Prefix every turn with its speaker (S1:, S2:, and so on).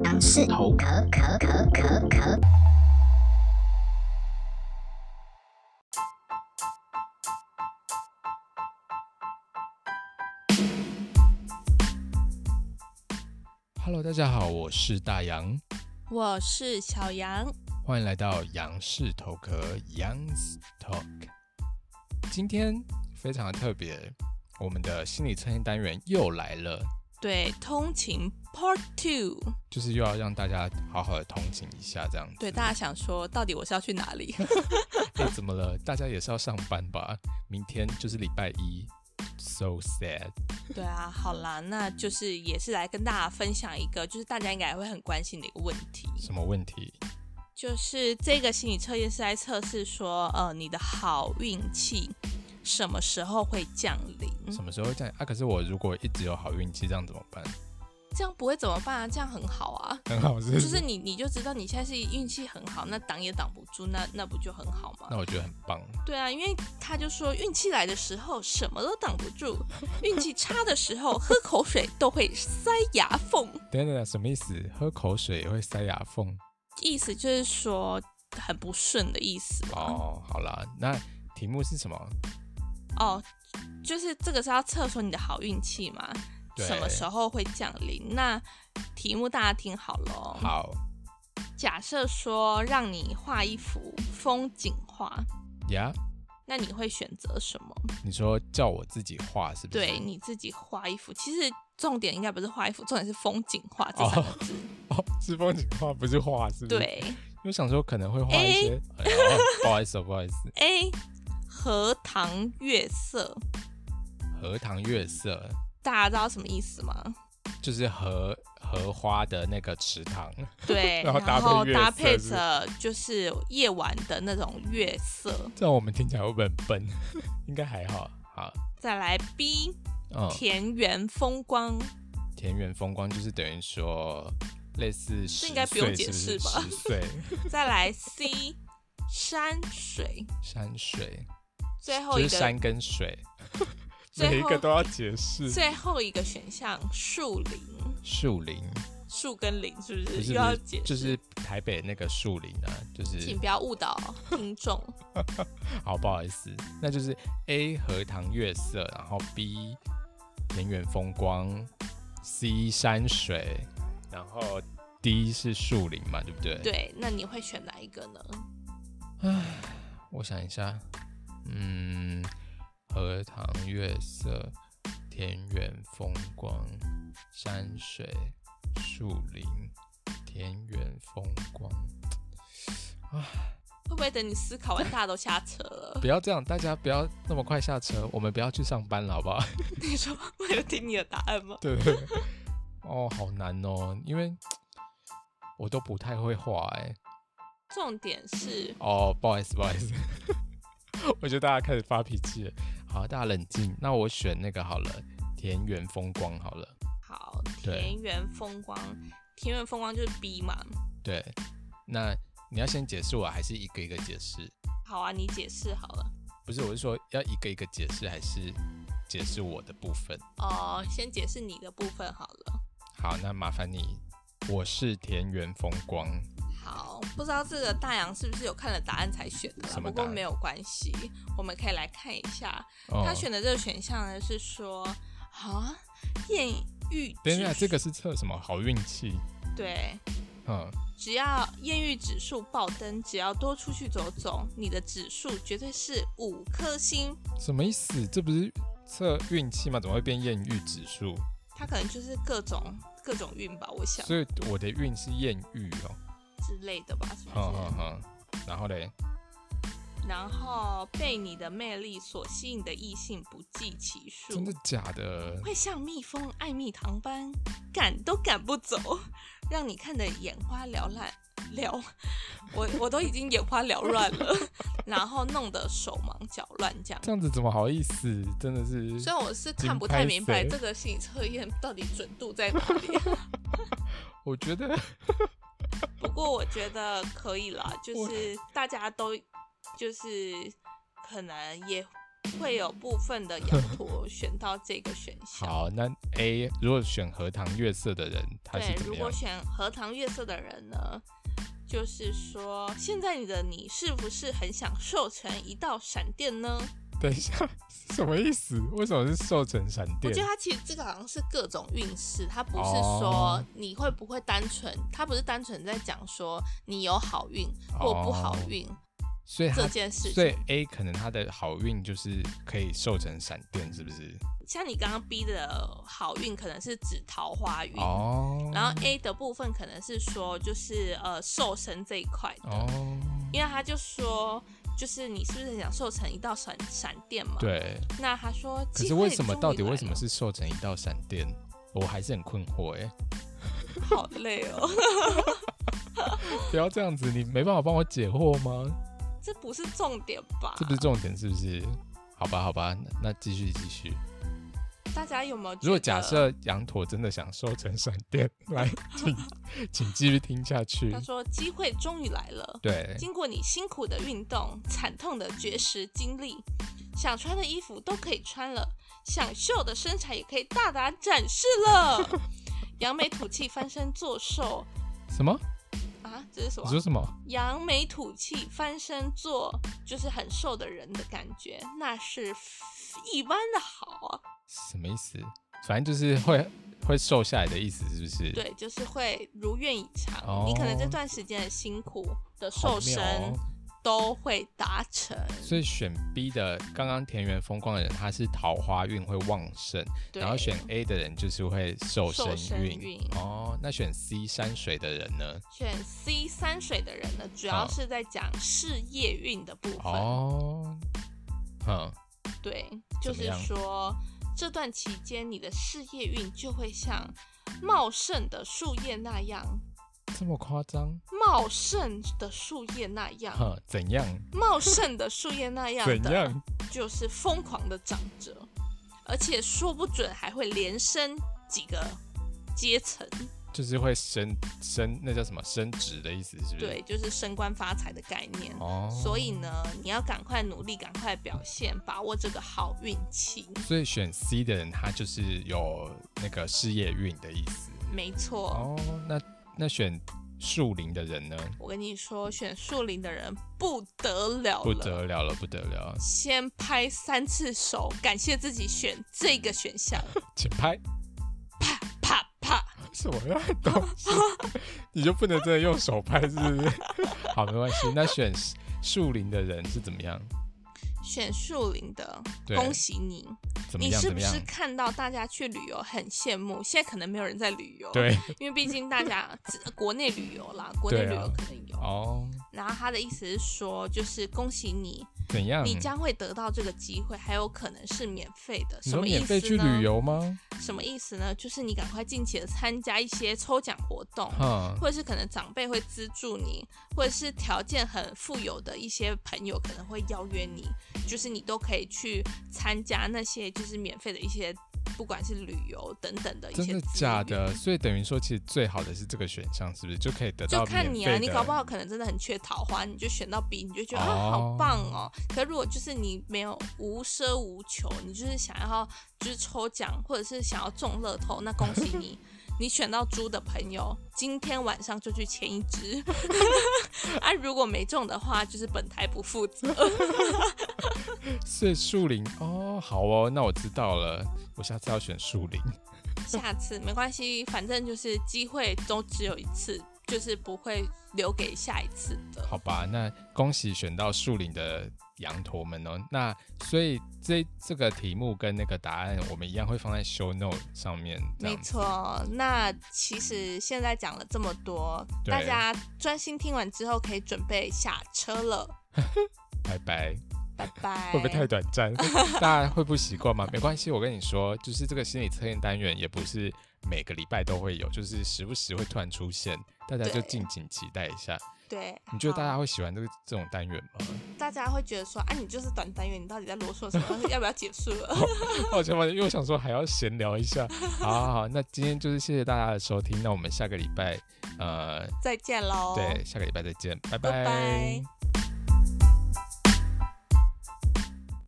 S1: 万事头壳壳壳壳壳。
S2: Hello，大家好，我是大杨，
S3: 我是小杨，
S2: 欢迎来到杨氏头壳 Young's Talk。今天非常的特别，我们的心理测验单元又来了，
S3: 对，通勤 Part Two，
S2: 就是又要让大家好好的通勤一下，这 样子。
S3: 对，大家想说到底我是要去哪里？
S2: 哎、怎么了？大家也是要上班吧？明天就是礼拜一，so sad。
S3: 对啊，好啦，那就是也是来跟大家分享一个，就是大家应该也会很关心的一个问题，
S2: 什么问题？
S3: 就是这个心理测验是在测试说，呃，你的好运气什么时候会降临？
S2: 什么时候这样啊？可是我如果一直有好运气，这样怎么办？
S3: 这样不会怎么办啊？这样很好啊。
S2: 很好，是不？
S3: 就是是你，你就知道你现在是运气很好，那挡也挡不住，那那不就很好吗
S2: 那？我觉得很棒。
S3: 对啊，因为他就说运气来的时候什么都挡不住，运气差的时候喝口水都会塞牙缝。
S2: 等等，什么意思？喝口水也会塞牙缝？
S3: 意思就是说很不顺的意思嘛。
S2: 哦，好啦，那题目是什么？
S3: 哦，就是这个是要测说你的好运气嘛，
S2: 对
S3: 什么时候会降临？那题目大家听好了哦。
S2: 好
S3: 假设说让你画一幅风景画，
S2: 呀
S3: 那你会选择什么？
S2: 你说叫我自己画是不是？
S3: 对，你自己画一幅。其实重点应该不是画一幅，重点是风景画这三个字。
S2: 哦，是风景画，不是画，是不是？，
S3: 对。
S2: 我想说可能会画一些，哎呦不好意思哦，不 好意思。
S3: A 哎荷塘月色，
S2: 荷塘月色
S3: 大家知道什么意思吗？
S2: 就是荷荷花的那个池塘，
S3: 对，
S2: 然后搭
S3: 然
S2: 配
S3: 后
S2: 月
S3: 搭
S2: 色
S3: 配
S2: 是不是
S3: 着就是夜晚的那种月色。
S2: 这样我们听起来会不会很笨？ 应该还好。好，
S3: 再来 B
S2: 嗯，
S3: 田园风光，
S2: 田园风光就是等于说类似十
S3: 应该不用
S2: 岁
S3: 解释
S2: 是
S3: 吧
S2: 不是十岁
S3: 再来 C 山水，
S2: 山水，
S3: 最后
S2: 就
S3: 一
S2: 是
S3: 个
S2: 山跟水，
S3: 最后
S2: 每一个都要解释。
S3: 最后一个选项树林，
S2: 树林
S3: 树跟林是不
S2: 不
S3: 是
S2: 是
S3: 又要
S2: 不是
S3: 解释？
S2: 就是台北那个树林啊，就是
S3: 请不要误 导听众。
S2: 好不好意思，那就是 A 荷塘月色，然后 B 田园风光，C 山水，然后 D 是树林嘛，对不对？。
S3: 对，那你会选哪一个呢？
S2: 我想一下，嗯，荷塘月色，田园风光，山水，树林，田园风光。
S3: 会不会等你思考完，大家都下车了
S2: 不？要这样，大家不要那么快下车，我们不要去上班了，好不 好？
S3: 你说我有听你的答案吗？
S2: 对对。对哦，好难哦，因为我都不太会画哎、
S3: 重点是
S2: 哦，不好意思，不好意思， 我觉得大家开始发脾气了。好，大家冷静。那我选那个好了，田园风光好了。
S3: 好
S2: 对
S3: 田园风光，田园风光就是 B 嘛。
S2: 对，那你要先解释我，还是一个一个解释？
S3: 好啊，你解释好了。
S2: 不是，我是说要一个一个解释，还是解释我的部分？
S3: 哦、先解释你的部分好了。
S2: 好，那麻烦你。我是田园风光，
S3: 好，不知道这个大洋是不是有看了答案才选的啦？啊
S2: 什么
S3: 不
S2: 答
S3: 过
S2: 案
S3: 没有关系，我们可以来看一下、
S2: 哦
S3: 他选的这个选项呢，是说啊艳遇指数。
S2: 等一下，这个是测什么好运气？
S3: 对，
S2: 嗯，
S3: 只要艳遇指数爆灯，只要多出去走走，你的指数绝对是五颗星。
S2: 什么意思？这不是测运气吗？怎么会变艳遇指数？
S3: 他可能就是各种各种运吧，我想
S2: 所以我的运是艳遇哦。
S3: 之类的吧，是不是？
S2: 哼哼哼，然后嘞，
S3: 然后被你的魅力所吸引的异性不计其
S2: 真
S3: 数
S2: 的，假的？
S3: 会像蜜蜂爱蜜糖般赶都赶不走， 让你看得眼花缭乱。缭，我我都已经眼花缭乱了， 然后弄得手忙脚乱这样。
S2: 这样子怎么好意思？真的是，
S3: 虽然我是看不太明白
S2: 紧拍谁
S3: 这个心理测验到底准度在哪里，
S2: 我觉得
S3: 不过我觉得可以啦，就是大家都就是可能也会有部分的 羊驼选到这个选项。
S2: 好，那 A 如果选荷塘月色的人，他
S3: 对
S2: 是，怎
S3: 如
S2: 么
S3: 果
S2: 样？
S3: 选荷塘月色的人呢，就是说现在你的你是不是很想瘦成一道闪电呢？
S2: 等一下，什么意思？为什么是寿成闪
S3: 我
S2: 电
S3: 觉？得它其实这个好像是各种运势，它不是说
S2: 哦
S3: 你会不会单纯，它不是单纯在讲说你有好运或不好
S2: 哦
S3: 运
S2: 所以他
S3: 这件事
S2: 所以
S3: 情。
S2: A 可能他的好运就是可以寿成闪电，是不是？
S3: 像你刚刚逼的好运，可能是指桃花运。
S2: 哦，
S3: 然后 A 的部分可能是说，就是呃瘦身这一块的，
S2: 哦，
S3: 因为他就说，就是你是不是很想瘦成一道闪闪电嘛？。
S2: 对。
S3: 那他说，
S2: 可
S3: 机
S2: 是
S3: 会
S2: 为什么
S3: 终于
S2: 到底
S3: 来
S2: 为什么
S3: 了
S2: 是寿成一道闪电？我还是很困惑 哎、
S3: 好累哦？
S2: 不要这样子，你没办法帮我解惑吗？
S3: 这不是重点吧？
S2: 这不是重点，是不是？好吧，好吧，那那继续继续。
S3: 大家有没有？
S2: 如果假。设羊驼真的想收成闪电，来，请请继续听下去
S3: 他。说：“机会终于来了。
S2: 对，
S3: 经过你辛苦的运动、惨痛的绝食经历，想穿的衣服都可以穿了，想秀的身材也可以大胆展示 了。扬眉吐气，翻身作兽
S2: 什么？
S3: 啊！这是什
S2: 你说
S3: 么？
S2: 什么？
S3: 扬眉吐气，翻身做，就是很瘦的人的感觉，那是一般的好啊。
S2: 什么意思？反正就是会会瘦下来的意思，是不是？，
S3: 对，就是会如愿以偿。
S2: 哦
S3: 你可能这段时间的辛苦的瘦
S2: 好
S3: 身
S2: 妙哦。
S3: 都会达成。
S2: 所以选 B 的刚刚田园风光的人，他是桃花运会旺盛，
S3: 对
S2: 然后选 A 的人就是会瘦
S3: 瘦
S2: 身
S3: 身
S2: 运。
S3: 运
S2: 哦，那选 C 山水的人呢？
S3: 选 C 山水的人呢，主要是在讲事业运的部分。
S2: 哦，哼，
S3: 对，就
S2: 怎么
S3: 是
S2: 样
S3: 说这段期间你的事业运就会像茂盛的树叶那样，
S2: 这么夸张？
S3: 茂盛的树叶那样，
S2: 哼，怎样？
S3: 茂盛的树叶那样
S2: 怎
S3: 的，
S2: 样？
S3: 就是疯狂的长着，而且说不准还会连升几个阶层。
S2: 嗯就是会升升，那叫什么升职的意思，是不是？
S3: 对，。就是升官发财的概念。
S2: 哦，
S3: 所以呢，你要赶快努力，赶快表现，把握这个好运气。
S2: 所以选 C 的人，他就是有那个事业运的意思。
S3: 没错，
S2: 哦，那那选树林的人呢？
S3: 我跟你说，选树林的人不得了了，
S2: 不得了了，不得了，
S3: 先拍三次手，感谢自己选这个选 项，
S2: 请拍。
S3: 啪啪。
S2: 什么样的东 西？你就不能真的用手拍，是不是？ 好，没关系。那选树林的人是怎么样？
S3: 选树林的，
S2: 对
S3: 恭喜你！
S2: 怎么
S3: 你
S2: 样？
S3: 是
S2: 怎
S3: 不
S2: 么样
S3: 是？看到大家去旅游很羡慕？现在可能没有人在旅游，，
S2: 对，
S3: 因为毕竟大家只国内旅游啦，国内
S2: 对啊
S3: 旅游可能有。
S2: 哦，
S3: 然后他的意思是说，就是恭喜你，
S2: 怎样？
S3: 你将会得到这个机会，还有可能是免费的。
S2: 你
S3: 什
S2: 说
S3: 么意思
S2: 免
S3: 呢？
S2: 费去旅游吗？
S3: 什么意思呢？就是你赶快尽情的参加一些抽奖活动，
S2: 哈，
S3: 或者是可能长辈会资助你，或者是条件很富有的一些朋友可能会邀约你，就是你都可以去参加那些就是免费的一些，不管是旅游等等的一些
S2: 真
S3: 资
S2: 的
S3: 源。
S2: 假的？所以等于说，其实最好的是这个选项，是不是？就可以得
S3: 就
S2: 到
S3: 看
S2: 免
S3: 你
S2: 费
S3: 啊，
S2: 的。
S3: 你搞不好可能真的很缺桃花，你就选到 B，你就觉得、啊
S2: 哦
S3: 好棒哦。可如果就是你没有无奢无求，你就是想要就是抽奖或者是想要中乐透，那恭喜你， 你选到猪的朋友，今天晚上就去签一 只。啊，如果没中的话，就是本台不负责。
S2: 所以树林哦，好哦，那我知道了，我下次要选树林。
S3: 下次没关系，反正就是机会都只有一次，就是不会留给下一次的。
S2: 好吧，那恭喜选到树林的羊驼们哦。那所以这这个题目跟那个答案，我们一样会放在 show note 上面。这
S3: 没
S2: 样子，
S3: 错，那其实现在讲了这么多，
S2: 对
S3: 大家专心听完之后可以准备下车 了，
S2: 拜拜。
S3: 拜拜。
S2: 会不会太短暂？ 大家会不习惯吗？没关系，我跟你说，就是这个心理测验单元也不是每个礼拜都会有，就是时不时会突然出现，大家就
S3: 对
S2: 敬请期待一下。
S3: 对？
S2: 你觉得大家
S3: 好
S2: 会喜欢这个这种单元吗？
S3: 大家会觉得说，啊，你就是短单元，你到底在啰嗦什 么？要不要结束了？
S2: 我前面又想说还要闲聊一下，好好好，那今天就是谢谢大家的收听，那我们下个礼拜，呃，
S3: 再见喽。
S2: 对，下个礼拜再见，拜
S3: 拜拜